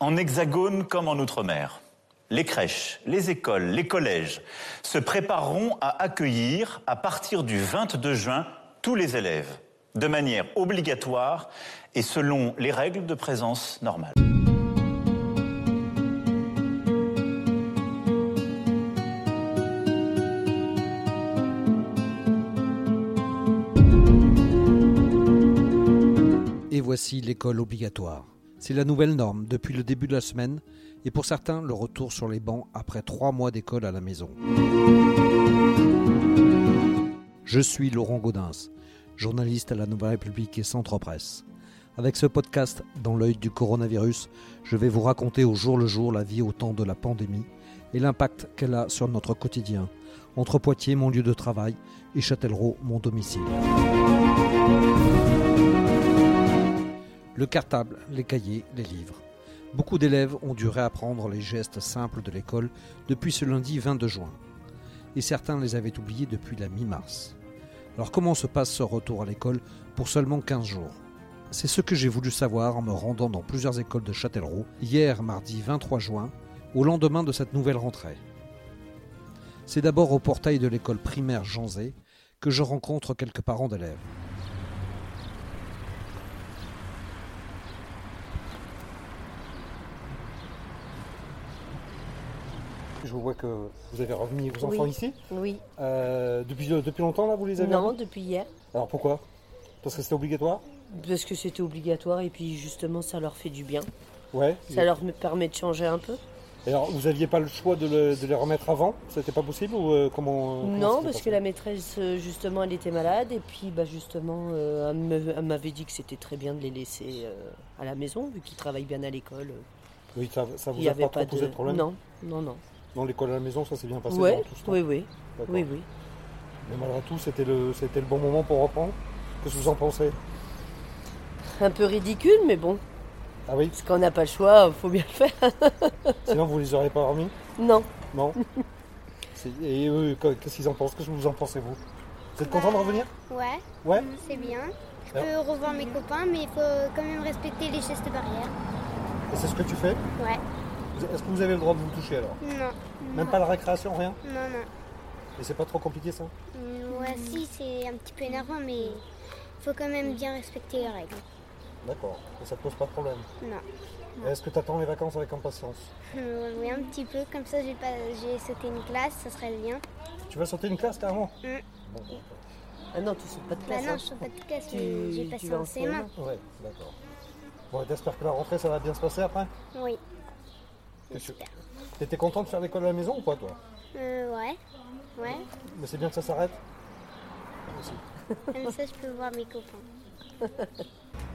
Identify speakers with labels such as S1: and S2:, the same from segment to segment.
S1: en hexagone comme en outre-mer. Les crèches, les écoles, les collèges se prépareront à accueillir, à partir du 22 juin, tous les élèves, de manière obligatoire et selon les règles de présence normales.
S2: Et voici l'école obligatoire. C'est la nouvelle norme depuis le début de la semaine et pour certains le retour sur les bancs après trois mois d'école à la maison. Je suis Laurent Gaudens, journaliste à la Nouvelle République et Centre Presse. Avec ce podcast dans l'œil du coronavirus, je vais vous raconter au jour le jour la vie au temps de la pandémie et l'impact qu'elle a sur notre quotidien, entre Poitiers, mon lieu de travail, et Châtellerault, mon domicile. Le cartable, les cahiers, les livres. Beaucoup d'élèves ont dû réapprendre les gestes simples de l'école depuis ce lundi 22 juin. Et certains les avaient oubliés depuis la mi-mars. Alors comment se passe ce retour à l'école pour seulement 15 jours C'est ce que j'ai voulu savoir en me rendant dans plusieurs écoles de Châtellerault hier mardi 23 juin, au lendemain de cette nouvelle rentrée. C'est d'abord au portail de l'école primaire Janzé que je rencontre quelques parents d'élèves. Je vois que vous avez remis vos enfants
S3: Oui.
S2: ici.
S3: Oui,
S2: Euh, depuis, depuis longtemps, là, vous les avez
S3: non,
S2: remis
S3: depuis hier.
S2: Alors pourquoi Parce que c'était obligatoire
S3: Parce que c'était obligatoire et puis justement ça leur fait du bien.
S2: Ouais.
S3: Ça leur me permet de changer un peu.
S2: Et Alors, vous n'aviez pas le choix de, le- de les remettre avant C'était pas possible ou euh, comment euh, comment
S3: non,
S2: c'était
S3: parce que
S2: passé
S3: la maîtresse euh, justement elle était malade et puis bah justement euh, elle me- elle m'avait dit que c'était très bien de les laisser euh, à la maison vu qu'ils travaillent bien à l'école.
S2: Oui, ça, ça
S3: Il
S2: vous
S3: n'y
S2: a
S3: avait
S2: pas,
S3: pas
S2: trop posé
S3: de
S2: de problème
S3: Non, non, non.
S2: Dans l'école à la maison, ça s'est bien passé
S3: Ouais,
S2: pendant tout ce temps
S3: oui, oui,
S2: D'accord.
S3: oui, oui.
S2: Mais malgré tout, c'était le, c'était le bon moment pour reprendre Qu'est-ce que vous en pensez
S3: Un peu ridicule, mais bon,
S2: Ah oui
S3: parce qu'on n'a pas le choix, faut bien le faire.
S2: Sinon, vous les auriez pas remis
S3: Non,
S2: Non C'est- Et eux, qu- qu'est-ce qu'ils en pensent Qu'est-ce que vous en pensez, vous Vous êtes content de revenir
S4: Ouais, Mm,
S2: Ouais
S4: c'est bien. Je
S2: Ah.
S4: peux revoir mes copains, mais il faut quand même respecter les gestes barrières.
S2: Et c'est ce que tu fais
S4: Ouais.
S2: Vous- Est-ce que vous avez le droit de vous toucher alors
S4: Non.
S2: Même pas la récréation, rien
S4: Non, non.
S2: Et c'est pas trop compliqué ça
S4: Mm, Ouais, si, c'est un petit peu énervant, mais il faut quand même bien respecter les règles.
S2: D'accord. Et ça te pose pas de problème
S4: Non.
S2: Et Est-ce que tu attends les vacances avec impatience
S4: Euh, Oui, un petit peu. Comme ça, j'ai pas, j'ai sauté une classe, ça serait bien.
S2: Tu vas sauter une classe carrément
S4: Mm.
S2: Bon,
S3: ah non, tu sautes pas de
S4: Bah
S3: classe.
S4: non,
S3: hein.
S4: je saute pas de classe, mais
S3: Tu-
S4: j'ai
S3: tu
S4: passé
S3: vas
S4: en
S3: en
S4: CM1.
S2: ouais, d'accord. Bon, j'espère que la rentrée ça va bien se passer après.
S4: Oui.
S2: Qu'est-ce que- T'étais content de faire l'école à la maison ou pas toi
S4: Euh, ouais. Ouais.
S2: Mais c'est bien que ça s'arrête.
S4: Comme ça, je peux voir mes copains.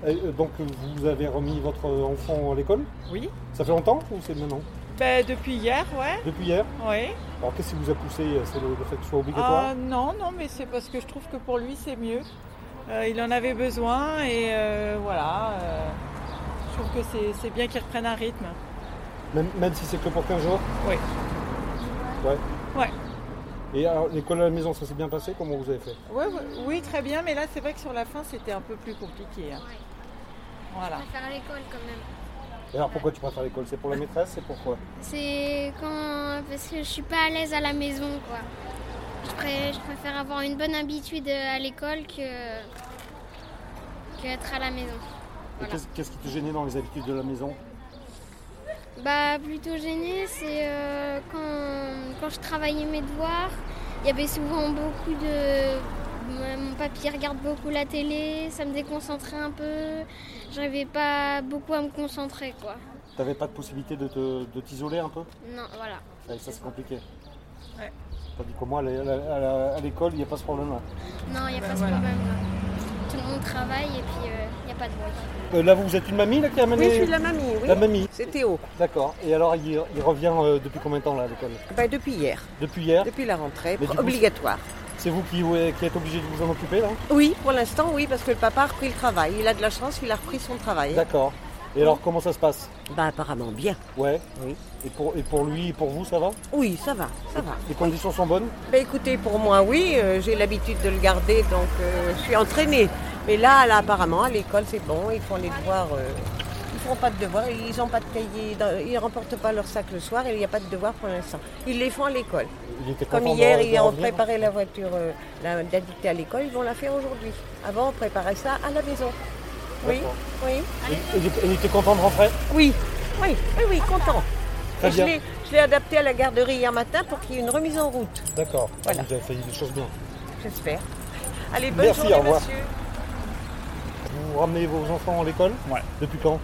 S2: Et, euh, donc euh, vous avez remis votre enfant à l'école
S5: Oui.
S2: Ça fait longtemps ou c'est maintenant
S5: Ben, depuis hier, ouais.
S2: Depuis hier
S5: ouais.
S2: Alors qu'est-ce qui vous a poussé euh, C'est le, le fait que ce soit obligatoire
S5: Ah, non, non, mais c'est parce que je trouve que pour lui, c'est mieux. Euh, il en avait besoin et euh, voilà. euh, je trouve que c'est- c'est bien qu'il reprenne un rythme.
S2: même, même si c'est que pour 15 jours
S5: Oui.
S2: Ouais.
S5: Ouais.
S2: Et alors l'école à la maison, ça s'est bien passé Comment vous avez fait
S5: Ouais, ouais, oui, très bien, mais là, c'est vrai que sur la fin, c'était un peu plus compliqué. hein. Voilà.
S6: faire l'école quand même.
S2: Et alors pourquoi tu préfères l'école C'est pour la maîtresse C'est pourquoi
S6: C'est quand parce que je suis pas à l'aise à la maison quoi. Je, pré- je préfère avoir une bonne habitude euh, à l'école que qu'être à la maison.
S2: Et
S6: Voilà.
S2: qu'est-ce- Qu'est-ce qui te gênait dans les habitudes de la maison
S6: Bah plutôt gênée, c'est euh, quand quand je travaillais mes devoirs, il y avait souvent beaucoup de Ouais, mon papy regarde beaucoup la télé, ça me déconcentrait un peu. J'arrivais pas beaucoup à me concentrer quoi.
S2: T'avais pas de possibilité de te- de t'isoler un peu
S6: Non, voilà.
S2: Ouais, ça c'est compliqué.
S5: Ouais.
S2: Tandis qu'au moins à la- à la- à l'école, il n'y a pas ce problème-là.
S6: Non, il n'y a
S5: Ben
S6: pas
S5: voilà.
S6: ce problème là. Tout le monde travaille et puis il n'y a pas de bruit.
S2: Euh, là, vous êtes une mamie là, qui a amené
S7: Oui, je suis la mamie, oui.
S2: La mamie.
S7: C'est Théo.
S2: D'accord. Et alors, il, il revient euh, depuis combien de temps là, à l'école
S7: Bah, depuis hier,
S2: Depuis hier
S7: depuis la rentrée,
S2: Mais du coup,
S7: obligatoire.
S2: C'est vous qui, ouais, qui êtes obligé de vous en occuper là
S7: Oui, pour l'instant, oui, parce que le papa a repris le travail. Il a de la chance, il a repris son travail.
S2: D'accord. Et alors, comment ça se passe
S7: Bah, apparemment bien.
S2: Ouais.
S7: Oui.
S2: Et pour, et pour lui et pour vous, ça va
S7: Oui, ça va, ça va.
S2: Les conditions sont bonnes
S7: Bah, écoutez, pour moi, oui, euh, j'ai l'habitude de le garder, donc euh, je suis entraînée. Mais là, là, apparemment, à l'école, c'est bon, ils font les devoirs. euh, ils
S3: feront pas de devoirs, ils n'ont pas de cahier, dans- ils remportent pas leur sac le soir et il n'y a pas de devoirs pour l'instant. Ils les font à l'école.
S2: Il était
S3: Comme
S2: content
S3: hier,
S2: de- de
S3: ils ont
S2: revenir.
S3: préparé la voiture euh, la- de la dictée à l'école, ils vont la faire aujourd'hui. Avant, on préparait ça à la maison. Oui,
S2: D'accord.
S3: oui.
S2: Il, il était- il était content de rentrer
S3: Oui, oui, oui, oui, content.
S2: Très
S3: Et je
S2: bien.
S3: l'ai- je l'ai adapté à la garderie hier matin pour qu'il y ait une remise en route,
S2: D'accord. Ah,
S3: Voilà.
S2: Vous avez fait des choses bien.
S3: j'espère. Allez, bonne
S2: Merci,
S3: journée,
S2: au revoir.
S3: monsieur.
S2: Vous ramenez vos enfants à l'école
S8: Ouais.
S2: Depuis quand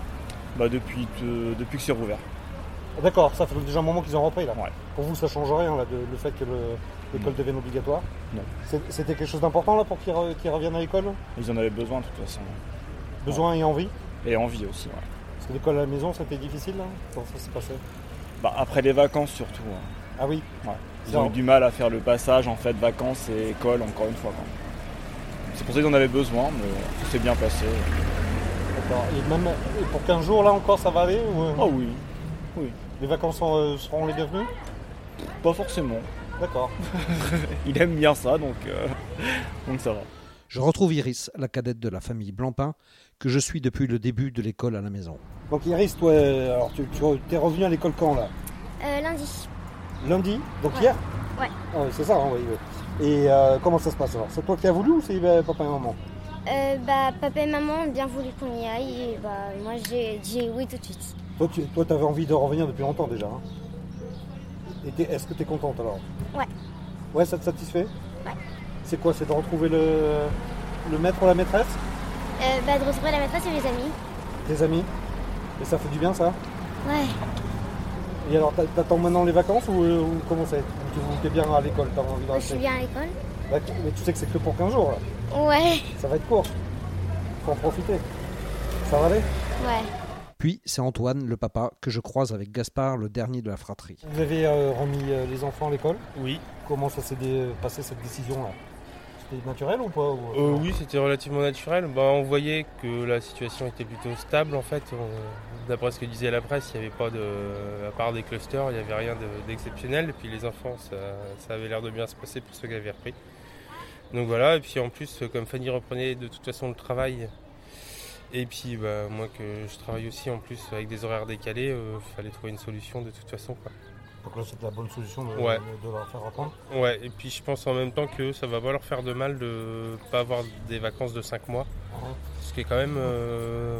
S8: Bah depuis, euh, depuis que c'est rouvert.
S2: Ah, D'accord, ça fait déjà un moment qu'ils ont rentré là.
S8: Ouais.
S2: Pour vous, ça change rien là, de- le fait que le- l'école devienne obligatoire
S8: Non.
S2: C'est- C'était quelque chose d'important là pour qu'ils re- qu'ils reviennent à l'école
S8: Ils en avaient besoin de toute façon.
S2: Besoin et envie
S8: Et envie aussi. ouais.
S2: Parce que l'école à la maison, c'était difficile là Comment ça s'est passé
S8: Bah, après les vacances surtout. hein.
S2: Ah oui
S8: Ouais. Ils
S2: Ça,
S8: ont
S2: on-
S8: eu du mal à faire le passage en fait vacances et école encore une fois. quoi. C'est pour ça qu'ils en avaient besoin, mais euh, tout s'est bien passé.
S2: D'accord. Et même et pour 15 jours là encore, ça va aller ou, euh,
S8: Ah oui,
S2: Les vacances sont, euh, seront les bienvenues
S8: pas forcément.
S2: D'accord.
S8: Il aime bien ça donc, euh, donc ça va.
S9: Je retrouve Iris, la cadette de la famille Blampin, que je suis depuis le début de l'école à la maison.
S2: Donc Iris, toi, euh, alors tu, tu es revenu à l'école quand là
S6: Euh, lundi.
S2: Lundi Donc
S6: Ouais.
S2: hier
S6: Ouais.
S2: Ah oui, c'est ça, hein, oui. oui. Et euh, comment ça se passe alors C'est toi qui as voulu ou c'est euh, papa et maman
S6: Euh, bah, papa et maman ont bien voulu qu'on y aille et bah, moi j'ai dit oui tout de suite.
S2: Toi, tu toi, avais envie de revenir depuis longtemps déjà. hein. Et t'es- est-ce que tu es contente alors
S6: Ouais.
S2: Ouais, ça te satisfait
S6: Ouais.
S2: C'est quoi C'est de retrouver le, le maître ou la maîtresse
S6: Euh, bah, de retrouver la maîtresse et mes amis.
S2: Tes amis Et ça fait du bien ça
S6: Ouais.
S2: Et alors, t'a- t'attends maintenant les vacances ou, euh, ou comment c'est Ou tu ou t'es bien à l'école, t'as envie de
S6: Moi, Euh, je suis
S2: rester
S6: bien à l'école.
S2: Bah, tu- Mais tu sais que c'est que pour 15 jours, là.
S6: Ouais.
S2: ça va être court. Faut en profiter. Ça va aller
S6: Ouais.
S9: Puis c'est Antoine, le papa, que je croise avec Gaspard, le dernier de la fratrie.
S2: Vous avez euh, remis euh, les enfants à l'école
S10: Oui,
S2: Comment ça s'est dé- passé cette décision-là C'était naturel ou pas ou-
S10: Euh, oui, c'était relativement naturel. Bah, on voyait que la situation était plutôt stable en fait. On- D'après ce que disait la presse, il n'y avait pas de, à part des clusters, il n'y avait rien de- d'exceptionnel. Et puis les enfants, ça, ça avait l'air de bien se passer pour ceux qui avaient repris. Donc voilà. Et puis en plus, comme Fanny reprenait de toute façon le travail, et puis bah, moi que je travaille aussi en plus avec des horaires décalés, il fallait trouver une solution de toute façon. quoi.
S2: Donc là, c'est la bonne solution de,
S10: Ouais.
S2: de- de leur faire apprendre.
S10: Ouais, et puis je pense en même temps que ça va pas leur faire de mal de pas avoir des vacances de 5 mois.
S2: Ouais.
S10: Ce qui est quand même euh,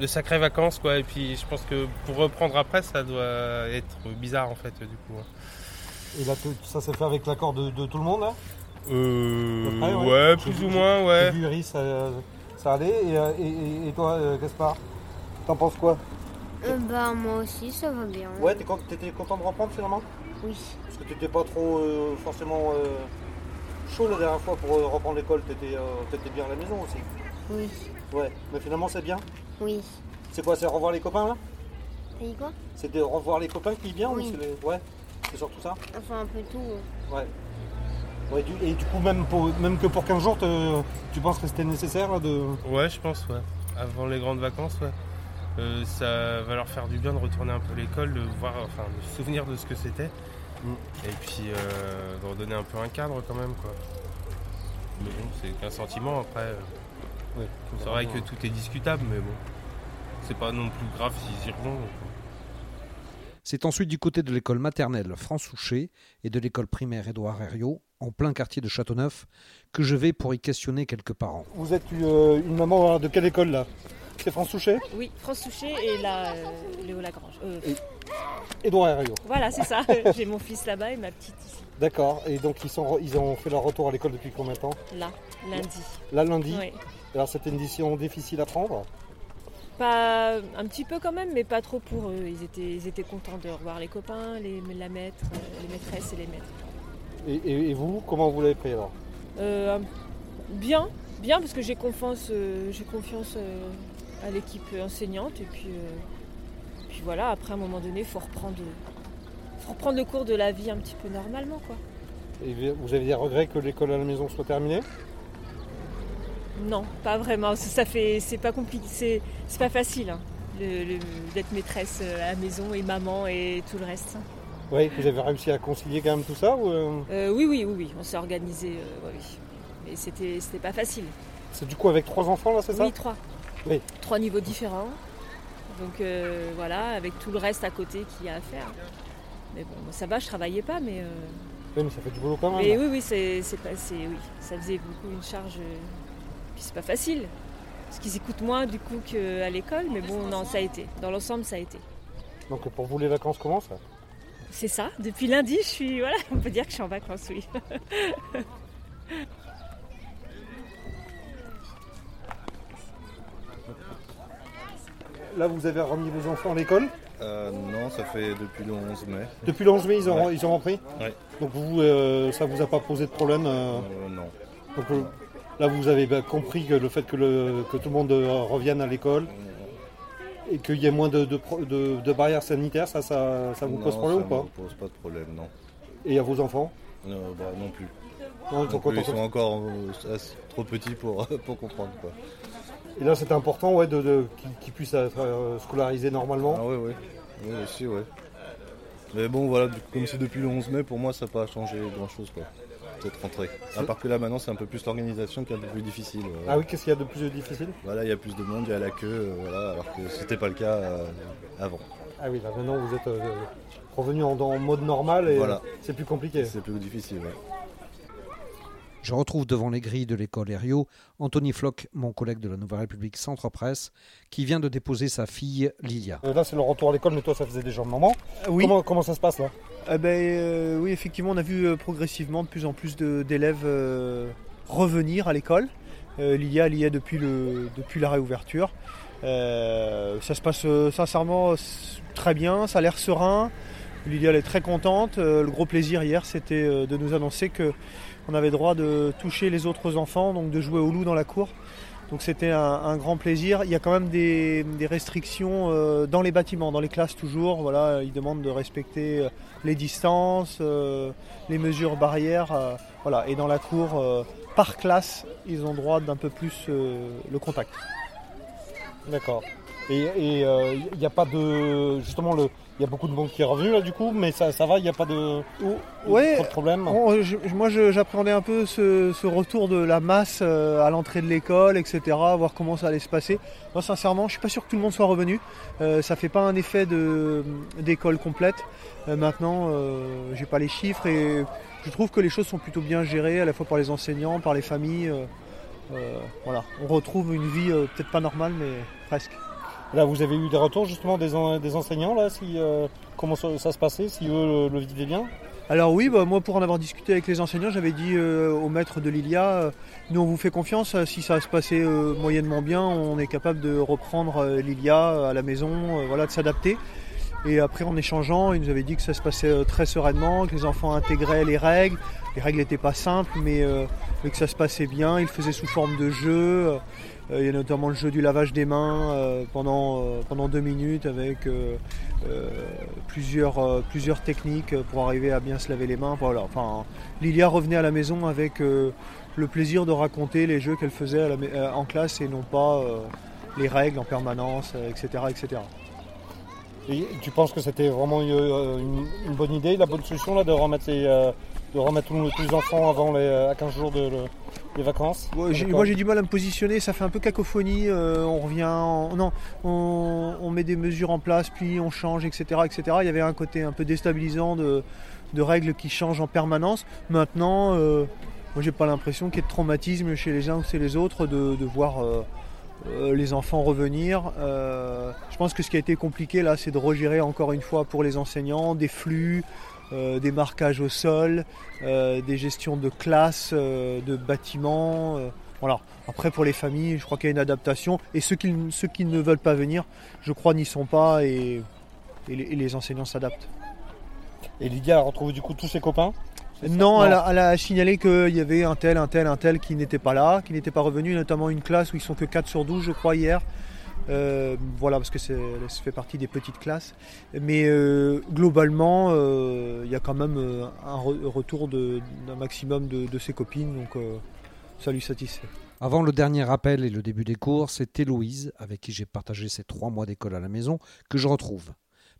S10: de sacrées vacances, quoi. Et puis je pense que pour reprendre après, ça doit être bizarre, en fait, du coup. hein.
S2: Et là, tout- ça s'est fait avec l'accord de, de tout le monde, hein là
S10: Euh,
S2: Après, ouais.
S10: ouais, plus ou moins,
S2: J'ai
S10: ouais.
S2: vu Iris, ça, ça allait. Et, euh, et- et- et toi, euh, Gaspard T'en penses quoi
S6: bah, moi aussi ça va bien.
S2: Ouais, t'es con- t'étais content de reprendre finalement
S6: Oui.
S2: Parce que t'étais pas trop euh, forcément euh, chaud la dernière fois pour euh, reprendre l'école, t'étais euh, t'étais bien à la maison aussi.
S6: Oui.
S2: Ouais, mais finalement c'est bien.
S6: Oui.
S2: C'est quoi, c'est revoir les copains là
S6: T'as dit quoi
S2: C'est de revoir les copains qui est bien
S6: Oui.
S2: ou c'est les- Ouais, c'est surtout ça
S6: Enfin, un peu tout. hein.
S2: Ouais. Ouais, du- et du coup, même, pour, même que pour 15 jours, te- tu penses que c'était nécessaire là, de...
S10: Ouais, je pense, ouais. Avant les grandes vacances, ouais. Euh, ça va leur faire du bien de retourner un peu à l'école, de voir, enfin, de se souvenir de ce que c'était.
S2: Mm.
S10: Et puis euh, de redonner un peu un cadre quand même, quoi. Mais bon, c'est qu'un sentiment après. euh,
S2: Ouais,
S10: C'est vrai que tout est discutable, mais bon. C'est pas non plus grave s'ils y revont. quoi.
S9: C'est ensuite du côté de l'école maternelle François-Souchet et de l'école primaire Édouard Herriot, en plein quartier de Châteauneuf, que je vais pour y questionner quelques parents.
S2: Vous êtes euh, une maman de quelle école là Stéphane Souchet
S5: Oui, France Touché et la, euh, Léo Lagrange. Euh,
S2: Edouard Herriot.
S5: voilà, c'est ça. J'ai mon fils là-bas et ma petite ici,
S2: D'accord, et donc ils, sont, re- ils ont fait leur retour à l'école depuis combien de temps
S5: là, lundi.
S2: Là, lundi.
S5: Ouais.
S2: Alors, c'était une décision difficile à prendre.
S5: Pas, un petit peu quand même, mais pas trop pour eux. Ils étaient, ils étaient contents de revoir les copains, les, la maître, euh, les maîtresses et les maîtres.
S2: Et, et- et vous, comment vous l'avez pris alors
S5: Euh, bien, bien, parce que j'ai confiance, euh, j'ai confiance euh, à l'équipe enseignante. Et puis, euh, puis voilà, après, à un moment donné, il faut reprendre, faut reprendre le cours de la vie un petit peu normalement, quoi.
S2: Et Vous avez des regrets que l'école à la maison soit terminée
S5: Non, pas vraiment. Ça, ça fait, c'est pas compliqué, c'est, c'est pas facile hein, le- le- d'être maîtresse euh, à la maison et maman et tout le reste.
S2: Oui, vous avez réussi à concilier quand même tout ça ou, euh,
S5: Euh, oui, oui, oui, oui, on s'est organisé, euh, ouais, oui. Et c'était, c'était pas facile.
S2: C'est du coup avec trois enfants là, c'est ça
S5: Oui, trois.
S2: Oui.
S5: Trois niveaux différents.
S11: Donc euh, voilà, avec tout le reste à côté qu'il y a à faire. Mais bon, ça va, je travaillais pas, mais. euh,
S2: Oui, mais ça fait du boulot quand même.
S11: mais
S2: là.
S11: oui, oui, c'est c'est pas- c'est- oui, ça faisait beaucoup une charge. euh, Puis c'est pas facile. Parce qu'ils écoutent moins du coup qu'à l'école, mais bon, non, ça a été. Dans l'ensemble, ça a été.
S2: Donc pour vous, les vacances commencent là
S11: C'est ça. Depuis lundi, je suis. Voilà, on peut dire que je suis en vacances, oui.
S2: Là, vous avez remis vos enfants à l'école
S12: Euh, non, ça fait depuis le 11 mai.
S2: Depuis le 11 mai, ils ont,
S12: Ouais.
S2: ils ont repris
S12: Ouais.
S2: Donc vous, euh, ça vous a pas posé de problème euh
S12: Euh, non.
S2: Donc, euh, là, vous avez bah, compris que le fait que, le- que tout le monde euh, revienne à l'école et qu'il y ait moins de, de pro- de- de barrières sanitaires, ça, ça, ça vous
S12: Non,
S2: pose problème
S12: ça
S2: ou pas
S12: me pose pas de problème, non.
S2: Et à vos enfants
S12: Euh, bah, non plus.
S2: Non, ils sont
S12: Non plus,
S2: contents
S12: ils sont
S2: comme-
S12: encore euh, assez- trop petits pour, pour comprendre. Quoi.
S2: Et là, c'est important ouais, de, de- qu'ils qu'ils puissent être euh, scolarisés normalement.
S12: Ah oui, oui. Oui, aussi, ouais. Mais bon, voilà, du- comme c'est depuis le 11 mai, pour moi, ça n'a pas changé grand-chose, quoi. Cette rentrée. À
S2: C'est-
S12: part que là, maintenant, c'est un peu plus l'organisation qui est un peu plus difficile. euh, ouais.
S2: Ah oui, qu'est-ce qu'il y a de plus difficile
S12: Voilà, il y a plus de monde, il y a la queue, euh, voilà, alors que c'était pas le cas euh, avant.
S2: Ah oui, là maintenant vous êtes euh, revenu en, en mode normal et
S12: Voilà.
S2: euh, c'est plus compliqué.
S12: C'est plus difficile, ouais.
S9: Je retrouve devant les grilles de l'école Herriot Anthony Floch, mon collègue de la Nouvelle République Centre Presse, qui vient de déposer sa fille Lilia.
S2: Euh, Là, c'est le retour à l'école, mais toi, ça faisait déjà un moment. Comment, comment ça se passe là
S8: Ah ben, euh, oui, effectivement, on a vu euh, progressivement de plus en plus de- d'élèves euh, revenir à l'école. Euh, L'IA, l'IA depuis, le, depuis la réouverture. Euh, ça se passe euh, sincèrement s- très bien, ça a l'air serein. L'IA, elle est très contente. Euh, le gros plaisir hier, c'était euh, de nous annoncer que on avait droit de toucher les autres enfants, donc de jouer au loup dans la cour. Donc c'était un, un grand plaisir. Il y a quand même des, des restrictions euh, dans les bâtiments, dans les classes toujours. Voilà, ils demandent de respecter euh, les distances, euh, les mesures barrières. euh, voilà, et dans la cour, euh, par classe, ils ont droit d'un peu plus euh, le contact.
S2: D'accord. Et il n'y a pas de. Justement, le- il y a beaucoup de monde qui est revenu là du coup, mais ça, ça va, il n'y a pas de.
S8: Ouais,
S2: Pas de problème.
S8: on- je- je- moi je- j'appréhendais un peu ce, ce retour de la masse euh, à l'entrée de l'école, etc., voir comment ça allait se passer. Moi sincèrement, je suis pas sûr que tout le monde soit revenu. Euh, ça fait pas un effet de- d'école complète. Euh, maintenant, euh, j'ai pas les chiffres et je trouve que les choses sont plutôt bien gérées, à la fois par les enseignants, par les familles. euh, euh, voilà, on retrouve une vie euh, peut-être pas normale, mais presque.
S2: Là, vous avez eu des retours justement des, en- des enseignants là, si, euh, comment ça, ça se passait, si eux le, le vivaient bien
S8: Alors oui, bah, moi pour en avoir discuté avec les enseignants, j'avais dit euh, au maître de Lilia, euh, nous on vous fait confiance, euh, si ça se passait euh, moyennement bien, on est capable de reprendre euh, Lilia euh, à la maison, euh, voilà, de s'adapter. Et après en échangeant, ils nous avaient dit que ça se passait euh, très sereinement, que les enfants intégraient les règles. Les règles n'étaient pas simples, mais, euh, mais que ça se passait bien, ils le faisaient sous forme de jeu. Euh, Il y a notamment le jeu du lavage des mains euh, pendant, euh, pendant deux minutes avec euh, euh, plusieurs, euh, plusieurs techniques pour arriver à bien se laver les mains. Voilà. Enfin, Lilia revenait à la maison avec euh, le plaisir de raconter les jeux qu'elle faisait à la ma- euh, en classe et non pas euh, les règles en permanence, euh, etc. etc.
S2: Et tu penses que c'était vraiment euh, une, une bonne idée, la bonne solution là, de remettre, les, euh, de remettre tous, tous les enfants avant les, euh, à 15 jours de, le- des vacances
S8: Ouais, j'ai-
S2: D'accord.
S8: moi j'ai du mal à me positionner, ça fait un peu cacophonie, euh, on revient, en- non, on, on met des mesures en place, puis on change, etc., etc. Il y avait un côté un peu déstabilisant de, de règles qui changent en permanence. Maintenant, euh, moi j'ai pas l'impression qu'il y ait de traumatisme chez les uns ou chez les autres de, de voir euh, euh, les enfants revenir. Euh, je pense que ce qui a été compliqué là, c'est de regérer encore une fois pour les enseignants des flux, euh, des marquages au sol, euh, des gestions de classe, euh, de bâtiments. euh, voilà. Après, pour les familles, je crois qu'il y a une adaptation. Et ceux qui, ceux qui ne veulent pas venir, je crois, n'y sont pas et, et les- et les enseignants s'adaptent.
S2: Et Lydia a retrouvé du coup tous ses copains
S8: Non,
S2: Non.
S8: elle a, elle a signalé qu'il y avait un tel, un tel, un tel qui n'était pas là, qui n'était pas revenu, notamment une classe où ils sont que 4 sur 12, je crois, hier. Euh, voilà, parce que c'est- ça fait partie des petites classes. Mais euh, globalement, euh, il y a quand même euh, un re- retour de- d'un maximum de, de ses copines, donc euh, ça lui satisfait.
S9: Avant le dernier rappel et le début des cours, c'est Héloïse, avec qui j'ai partagé ces trois mois d'école à la maison, que je retrouve.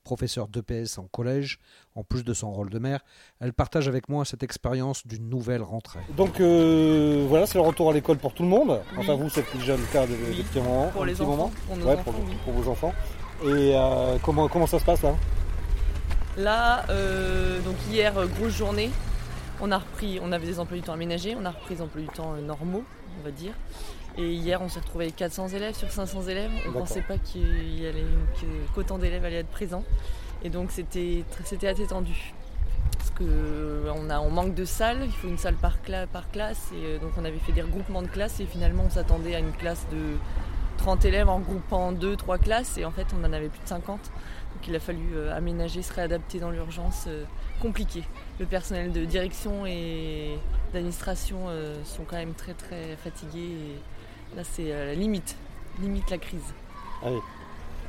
S9: Professeure d'EPS en collège, en plus de son rôle de mère, elle partage avec moi cette expérience d'une nouvelle rentrée.
S2: Donc euh, voilà, c'est le retour à l'école pour tout le monde. Enfin,
S9: Oui.
S2: vous, c'est déjà le cas de- de- des, petits moments.
S9: Pour
S2: des
S9: les
S2: petits
S9: enfants,
S2: moments.
S9: pour nos
S2: Ouais,
S9: enfants,
S2: pour,
S9: oui.
S2: pour vos enfants. Et euh, comment, comment ça se passe là
S5: Là, euh, donc hier, euh, grosse journée. On a repris, on avait des emplois du temps aménagés, on a repris des emplois du temps euh, normaux, on va dire. Et hier, on s'est retrouvé avec 400 élèves sur 500 élèves. On ne
S13: D'accord.
S5: pensait pas qu'il y allait- que- qu'autant d'élèves allaient être présents. Et donc, c'était tr- c'était assez tendu. Parce qu'on on manque de salles, il faut une salle par, cla- par classe. Et euh, donc, on avait fait des regroupements de classes. Et finalement, on s'attendait à une classe de 30 élèves en groupant 2-3 classes. Et en fait, on en avait plus de 50. Donc il a fallu euh, aménager, se réadapter dans l'urgence. euh, compliqué. Le personnel de direction et d'administration euh, sont quand même très très fatigués. Et là, c'est euh, la limite, limite la crise.
S2: Ah oui.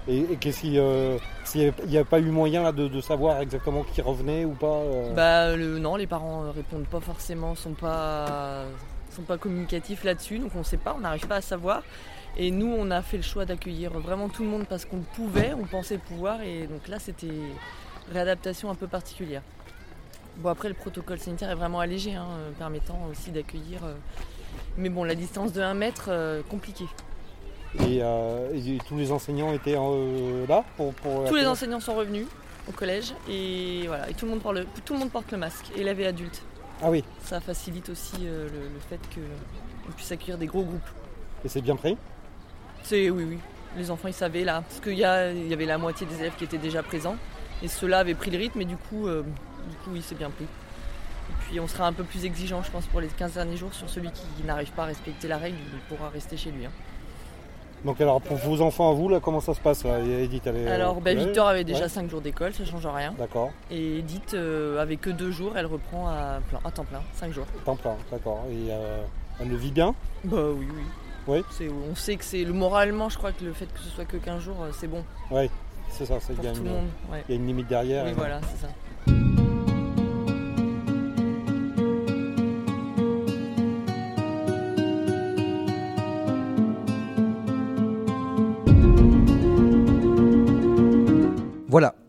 S2: Et, et qu'est-ce qui. euh, s'il y avait- il n'y a pas eu moyen là, de, de savoir exactement qui revenait ou pas euh
S5: Bah le, non, les parents euh, répondent pas forcément, sont pas sont pas communicatifs là-dessus, donc on sait pas, on n'arrive pas à savoir. Et nous, on a fait le choix d'accueillir vraiment tout le monde parce qu'on pouvait, on pensait pouvoir, et donc là, c'était réadaptation un peu particulière. Bon après, le protocole sanitaire est vraiment allégé, hein, euh, permettant aussi d'accueillir, euh, mais bon, la distance de 1 mètre, euh, compliquée.
S2: Et, euh, et tous les enseignants étaient euh, là pour, pour-
S5: Tous les
S2: pour-
S5: enseignants sont revenus au collège et voilà, et tout le monde porte le, tout le monde porte le masque, élève et adulte.
S2: Ah oui.
S5: Ça facilite aussi euh, le, le fait qu'on puisse accueillir des gros groupes.
S2: Et c'est bien pris
S5: C'est oui oui. Les enfants ils savaient là. Parce qu'il y, a- il y avait la moitié des élèves qui étaient déjà présents. Et ceux-là avaient pris le rythme et du coup, euh, du coup oui c'est bien pris. Et puis on sera un peu plus exigeant je pense pour les 15 derniers jours sur celui qui n'arrive pas à respecter la règle, il pourra rester chez lui. hein.
S2: Donc alors pour vos enfants à vous là, comment ça se passe là Edith, elle est au
S5: Alors, ben,
S2: collège
S5: Victor avait déjà
S2: Euh, Ouais.
S5: 5 jours d'école, ça change rien.
S2: D'accord.
S5: Et Edith, euh, avec que 2 jours, elle reprend à, plein, à temps plein, 5 jours.
S2: Temps plein, d'accord. Et euh, elle le vit bien
S5: Bah oui, oui.
S2: Oui
S5: C'est- On sait que c'est le moralement, je crois que le fait que ce soit que 15 jours, euh, c'est bon.
S2: Oui, c'est ça, c'est
S5: Pour
S2: il y a
S5: tout
S2: une-
S5: le monde, ouais.
S2: Il y a une limite derrière.
S5: Oui,
S2: et-
S5: voilà, c'est ça.
S9: Voilà,